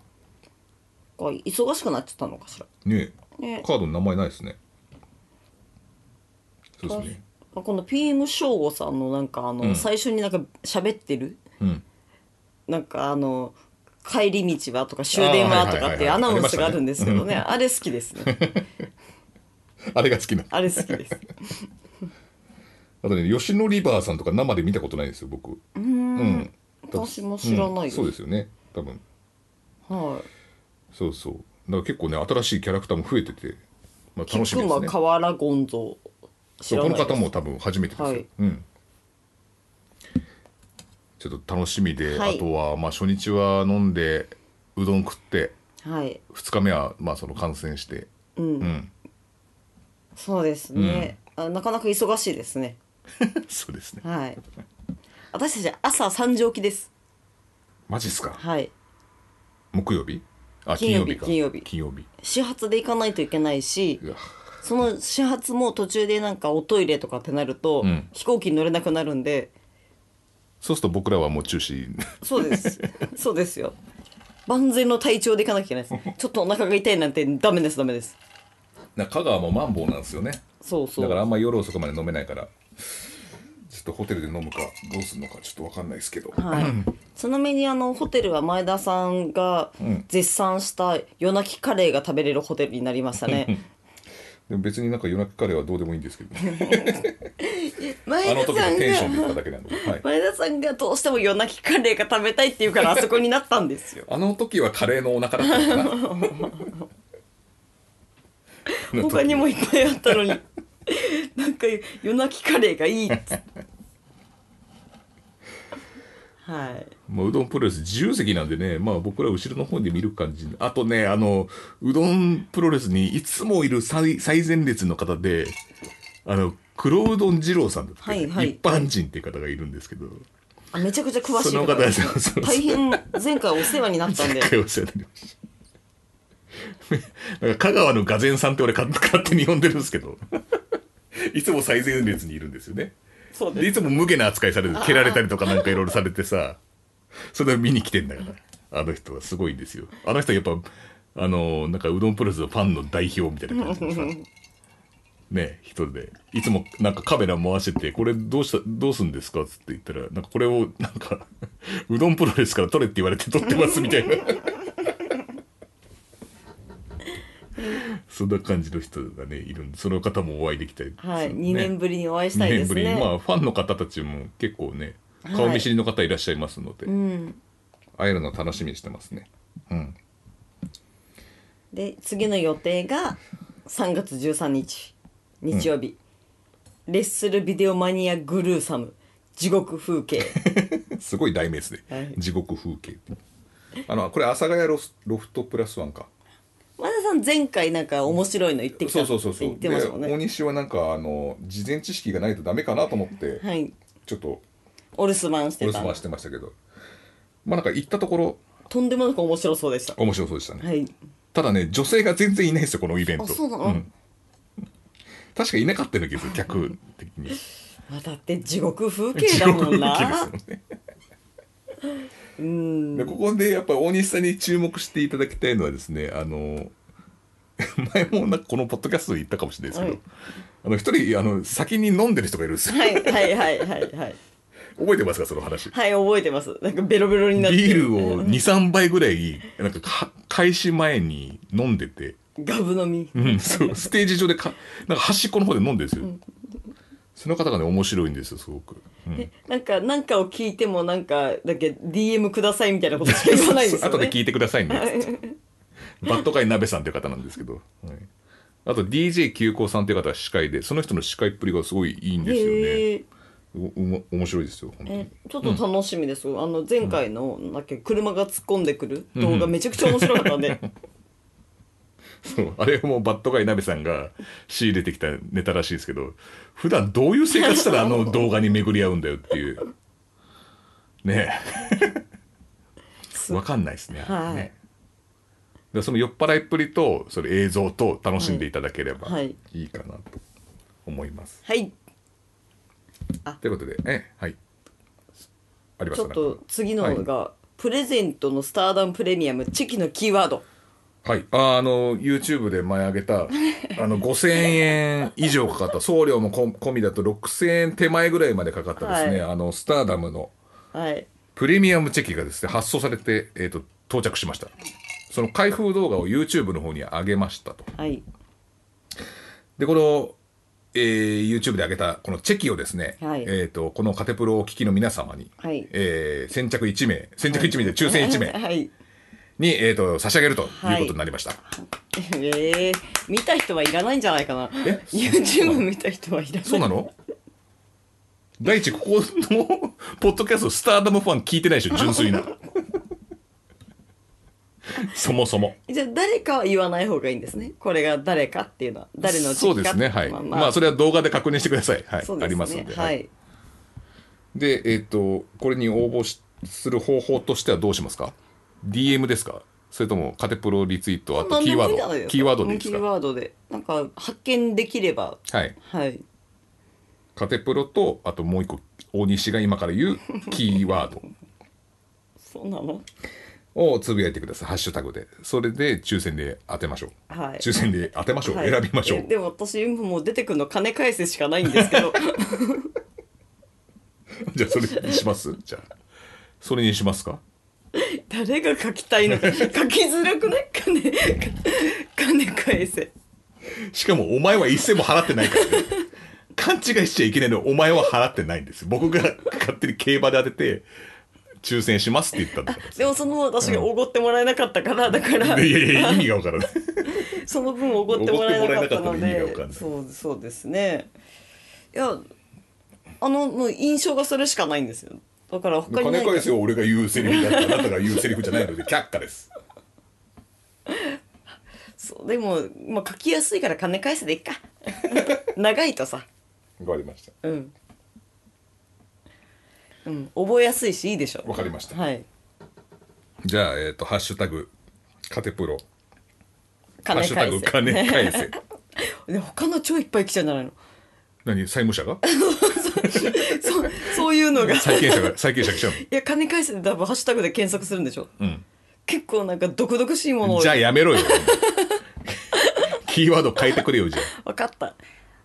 Speaker 2: 忙しくなっちゃったのかしら
Speaker 1: ね
Speaker 2: ね
Speaker 1: カードに名前ないですねそうですね
Speaker 2: あこの PM 省吾さんのなんかあの、
Speaker 1: うん
Speaker 2: 最初になんか喋ってる
Speaker 1: うん
Speaker 2: なんかあの帰り道はとか終電はとかっていう
Speaker 1: あ
Speaker 2: ア
Speaker 1: ー
Speaker 2: ナ
Speaker 1: はいはいはいはい
Speaker 2: ウンスがあるんですけどねあれ好きですね
Speaker 1: あれが好きな
Speaker 2: あれ好きです
Speaker 1: あとね吉野リバーさんとか生で見たことないんですよ僕
Speaker 2: う ー
Speaker 1: うんん
Speaker 2: 私も知ら
Speaker 1: うん
Speaker 2: ないよ、
Speaker 1: そうですよね多分
Speaker 2: は
Speaker 1: そうそうだから結構ね新しいキャラクターも増えてて、まあ、
Speaker 2: い
Speaker 1: 楽しみですね
Speaker 2: 菊間河原ゴンゾー知
Speaker 1: そう
Speaker 2: ら
Speaker 1: こ
Speaker 2: ない
Speaker 1: の
Speaker 2: です
Speaker 1: 方も多分初めてですよ、
Speaker 2: はい
Speaker 1: うんちょっと楽しみで、
Speaker 2: はい
Speaker 1: あとはまあ初日は飲んでうどん食って
Speaker 2: はい
Speaker 1: 2日目はまあその感染して
Speaker 2: うん、
Speaker 1: うん
Speaker 2: そうですね、あなかなか忙しいですね
Speaker 1: そうですね
Speaker 2: はい私たち朝3時起きです
Speaker 1: マジっすか
Speaker 2: はい
Speaker 1: 木曜日あ
Speaker 2: 金
Speaker 1: 金
Speaker 2: 曜
Speaker 1: 曜
Speaker 2: 日
Speaker 1: 日か
Speaker 2: 金曜日
Speaker 1: 金曜日
Speaker 2: 始発で行かないといけないし
Speaker 1: うわ
Speaker 2: その始発も途中でなんかおトイレとかってなると、
Speaker 1: うん
Speaker 2: 飛行機に乗れなくなるんで
Speaker 1: そうすると僕らはもう中止
Speaker 2: そうですそうですよ万全の体調で行かなきゃいけないですちょっとお腹が痛いなんてダメですダメです
Speaker 1: な香川もマンボウなんですよね
Speaker 2: そうそう
Speaker 1: だからあんま夜遅くまで飲めないからちょっとホテルで飲むかどうするのかちょっと分かんないですけど、
Speaker 2: はい、ちなみにあのホテルは前田さんが
Speaker 1: ん
Speaker 2: 絶賛した夜泣きカレーが食べれるホテルになりましたね
Speaker 1: でも別になんか夜中カレーはどうでもいいんですけど
Speaker 2: 前
Speaker 1: あの
Speaker 2: 田
Speaker 1: 時
Speaker 2: さ
Speaker 1: の
Speaker 2: ん
Speaker 1: テンションで言った
Speaker 2: が
Speaker 1: だけなので、はい、
Speaker 2: 前田さんがどうしても夜泣きカレーが食べたいっていうからあそこになったんで すよ
Speaker 1: あの時はカレーのお腹だったの かな
Speaker 2: 他にもいっぱいあったのに なんか夜泣きカレーがいいっつってはい
Speaker 1: まあ、うどんプロレス自由席なんでね、まあ、僕ら後ろの方で見る感じあとねあのうどんプロレスにいつもいる最最前列の方であの黒うどん二郎さんだって、
Speaker 2: はいはい
Speaker 1: 一般人っていう方がいるんですけど
Speaker 2: あめちゃくちゃ詳しい
Speaker 1: その
Speaker 2: 方
Speaker 1: 方
Speaker 2: で
Speaker 1: ですす
Speaker 2: ね
Speaker 1: そうそう
Speaker 2: 大変前回お世話になったん
Speaker 1: 前
Speaker 2: で
Speaker 1: 回お世話になりましたなんか香川のがぜんさんって俺勝勝手に呼んでるんですけどいつも最前列にいるんですよね
Speaker 2: そうです
Speaker 1: でいつも無下な扱いされて蹴られたりとかなんかいろいろされてさそれを見に来てんだからあの人はすごいんですよあの人はやっぱあのなんかうどんプロレスのファンの代表みたいな感じのさね人でいつもなんかカメラ回してて「これどうしたどうすんですか?」っつって言ったらなんかこれをなんかうどんプロレスから撮れって言われて撮ってますみた いなそんな感じの人がねいるんでその方もお会いできたりする
Speaker 2: はい、
Speaker 1: のね
Speaker 2: 2年ぶりにお会いした
Speaker 1: 2
Speaker 2: いで
Speaker 1: 年
Speaker 2: す
Speaker 1: ぶりに、
Speaker 2: ね。
Speaker 1: まあファンの方たちも結構ね
Speaker 2: はい
Speaker 1: 顔見知りの方いらっしゃいますので、
Speaker 2: うん、
Speaker 1: 会えるの楽しみにしてますね うん
Speaker 2: で次の予定が3月13日日曜日、レッスルビデオマニアグルーサム地獄風景
Speaker 1: すごい大名詞で、
Speaker 2: はい
Speaker 1: 地獄風景あのこれ阿佐ヶ谷ロスロフトプラスワンか
Speaker 2: 和田さん前回なんか面白いの言ってきた
Speaker 1: そう
Speaker 2: って
Speaker 1: そうそうそう
Speaker 2: 言ってましたもん
Speaker 1: で大
Speaker 2: ね。
Speaker 1: 西はなんかあの事前知識がないとダメかなと思って、
Speaker 2: はい、
Speaker 1: ちょっと
Speaker 2: お留守番し
Speaker 1: お
Speaker 2: て
Speaker 1: 留
Speaker 2: た
Speaker 1: 守番してましたけどまあなんか行ったところ
Speaker 2: とんでもなく面白そうでした。
Speaker 1: 面白そうでしたね、
Speaker 2: はい、
Speaker 1: ただね女性が全然いないですよこのイベント
Speaker 2: あそうなの
Speaker 1: ん確かいなかったような気がする客的に
Speaker 2: まあだって地獄風景だもんな。
Speaker 1: うんでここでやっぱ大西さんに注目していただきたいのはですねあの 前もなんかこのポッドキャストで言ったかもしれないですけど、
Speaker 2: はい
Speaker 1: あの一人あの先に飲んでる人がいるんですよ
Speaker 2: はいはいはいはいはい
Speaker 1: 覚えてますかその話
Speaker 2: はい覚えてます。なんかベロベロになって
Speaker 1: ビールを23杯ぐらいなんかか開始前に飲んでて、
Speaker 2: ガブ飲み。
Speaker 1: うん、そうステージ上でかなんか端っこの方で飲んでるんですよ、その方がね面白いんですよすごく、うん
Speaker 2: なんか、なんかを聞いても、なんか、だけ DM くださいみたいなことしか言わないんですよ、ね。
Speaker 1: 後で聞いてくださいね、バッド界鍋さんという方なんですけど、はいあと DJ 急行さんという方は司会でその人の司会っぷりがすごいいいんですよね
Speaker 2: へー
Speaker 1: おうま面白いですよ本当に
Speaker 2: えちょっと楽しみです、あの前回のなんだっけ車が突っ込んでくる動画めちゃくちゃ面白かったんで、
Speaker 1: そうあれもバッドガイ鍋さんが仕入れてきたネタらしいですけど普段どういう生活したらあの動画に巡り合うんだよっていうねえわかんないですね,、
Speaker 2: はい
Speaker 1: ねだからその酔っ払いっぷりとそれ映像と楽しんでいただければ
Speaker 2: はいはい
Speaker 1: いいかなと思います、
Speaker 2: はい
Speaker 1: ということでえはいありま
Speaker 2: ち
Speaker 1: す
Speaker 2: ょっ
Speaker 1: か
Speaker 2: と次のが、プレゼントのスターダムプレミアムチェキのキーワード
Speaker 1: はい、ああの YouTube で前上げ たあの5000円以上かかった送料もこ込みだと6000円手前ぐらいまでかかったですね、あのスターダムの
Speaker 2: はい
Speaker 1: プレミアムチェキがですね発送されて、えー、と到着しましたその開封動画を YouTube の方に上げましたと
Speaker 2: はい
Speaker 1: でこの、えー YouTube で上げたこのチェキをですね、
Speaker 2: はい
Speaker 1: えー、とこのカテプロをお聞きの皆様に、
Speaker 2: はい
Speaker 1: えー先着1名先着1名で抽選1名
Speaker 2: はい
Speaker 1: に、えー、と差し上げるということになりました、
Speaker 2: えー、見た人はいらないんじゃないかな
Speaker 1: え
Speaker 2: YouTube 見た人はいらない
Speaker 1: そうなの第一、ここの、ポッドキャスト、スターダムファン聞いてないでし ょ、純粋な。そもそも。
Speaker 2: じゃあ誰かは言わない方がいいんですねこれが誰かっていうのは誰の
Speaker 1: そうですね、はい。ま
Speaker 2: ま
Speaker 1: あ、
Speaker 2: あまあ、
Speaker 1: それは動画で確認してください。はい。
Speaker 2: そうで
Speaker 1: あ
Speaker 2: す
Speaker 1: り
Speaker 2: ね
Speaker 1: ますんで。
Speaker 2: は
Speaker 1: はい
Speaker 2: い、
Speaker 1: で、えっ、と、これに応募しする方法としてはどうしますか ?DM ですかそれとも、カテプロリツイート、あとキーワード。キーワードでいいです
Speaker 2: キー
Speaker 1: か
Speaker 2: ワードでなんか発見できれば
Speaker 1: はい。
Speaker 2: はい
Speaker 1: カテプロと、あともう一個、大西が今から言うキーワード。
Speaker 2: そうなの
Speaker 1: をつぶやいてくださいハッシュタグでそれで抽選で当てましょう、
Speaker 2: はい
Speaker 1: 抽選で当てましょう、
Speaker 2: はい
Speaker 1: 選びましょ
Speaker 2: え
Speaker 1: う
Speaker 2: でも私もう出てくるの金返せしかないんですけど
Speaker 1: じゃあそれにしますじゃあそれにしますか
Speaker 2: 誰が書きたいのか書きづらくない金か金返せ
Speaker 1: しかもお前は一銭も払ってないからね勘違いしちゃいけないのはお前は払ってないんです僕が勝手に競馬で当てて抽選しますって言ったんだから
Speaker 2: でもその私がおごってもらえなかったから、だから
Speaker 1: でいやいや意味がわからない
Speaker 2: その分おごってもらえなかったの
Speaker 1: 奢ってもらえなかったの意味が
Speaker 2: で
Speaker 1: わかんない
Speaker 2: そうそうですねいやあのもう印象がそれしかないんですよだから他にな
Speaker 1: 金
Speaker 2: い
Speaker 1: 返せは俺が言うセリフだったあなたが言うセリフじゃないので却下です
Speaker 2: そうでも、まあ、書きやすいから金返せでい っか長いとさ
Speaker 1: わかりました
Speaker 2: うん、うん、覚えやすいしいいでしょ
Speaker 1: わかりました
Speaker 2: はい
Speaker 1: じゃあえっ、と「ハッシュタグカテプロ」「ハッ
Speaker 2: 金
Speaker 1: シュタ
Speaker 2: 返
Speaker 1: グ
Speaker 2: せ
Speaker 1: 金返 せ」
Speaker 2: で他の超いっぱい来ちゃうんじゃないの
Speaker 1: 何債務者が
Speaker 2: そうそうい うのが
Speaker 1: 債権者 が債権者が来ちゃう
Speaker 2: いや金返せで多分ハッシュタグで検索するんでしょ、
Speaker 1: ん
Speaker 2: 結構なんか毒々しいもの
Speaker 1: の
Speaker 2: を
Speaker 1: じゃあやめろよキーワード変えてくれよじゃ
Speaker 2: 分かった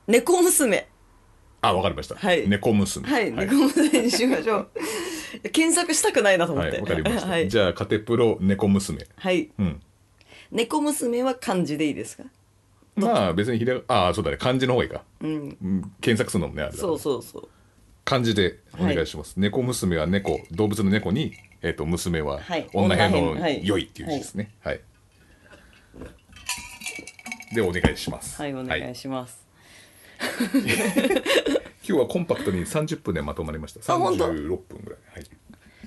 Speaker 2: 猫娘
Speaker 1: ああわかりました、
Speaker 2: はい
Speaker 1: 猫娘
Speaker 2: はい、
Speaker 1: はい
Speaker 2: 猫娘にしましょ ういや検索したくないなと思っ
Speaker 1: はい
Speaker 2: て
Speaker 1: わかりました、
Speaker 2: はい、
Speaker 1: じゃあカテプロ猫娘
Speaker 2: はい、
Speaker 1: うん
Speaker 2: 猫娘は漢字でいいですか
Speaker 1: まあ別にひらああそうだね漢字の方がいいか、
Speaker 2: うん
Speaker 1: うん検索するのもねあれだから
Speaker 2: そうそうそう
Speaker 1: 漢字でお願いします、猫娘は猫動物の猫に、えー、と娘は
Speaker 2: はい
Speaker 1: 女編
Speaker 2: 女編は
Speaker 1: の
Speaker 2: い
Speaker 1: 良いっていう字ですねはい、でお願いします
Speaker 2: はいお願いします、
Speaker 1: 今日はコンパクトに30分でまとまりました
Speaker 2: あ本当
Speaker 1: 36分ぐらい、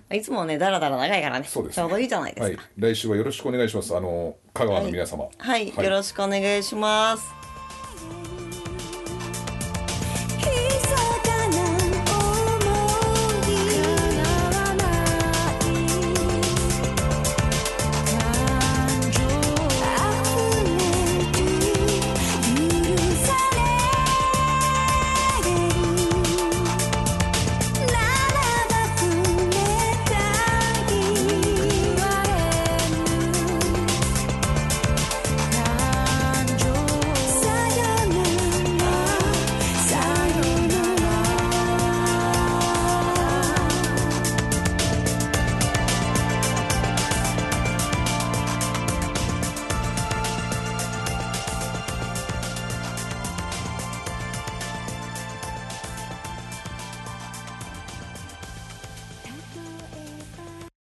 Speaker 1: はい、
Speaker 2: い、つもねだらだら長いからね
Speaker 1: そうですね
Speaker 2: ちょうどいいじゃないですか、
Speaker 1: はい、来週はよろしくお願いしますあの香川の皆様
Speaker 2: はい、よろしくお願いします。
Speaker 3: 「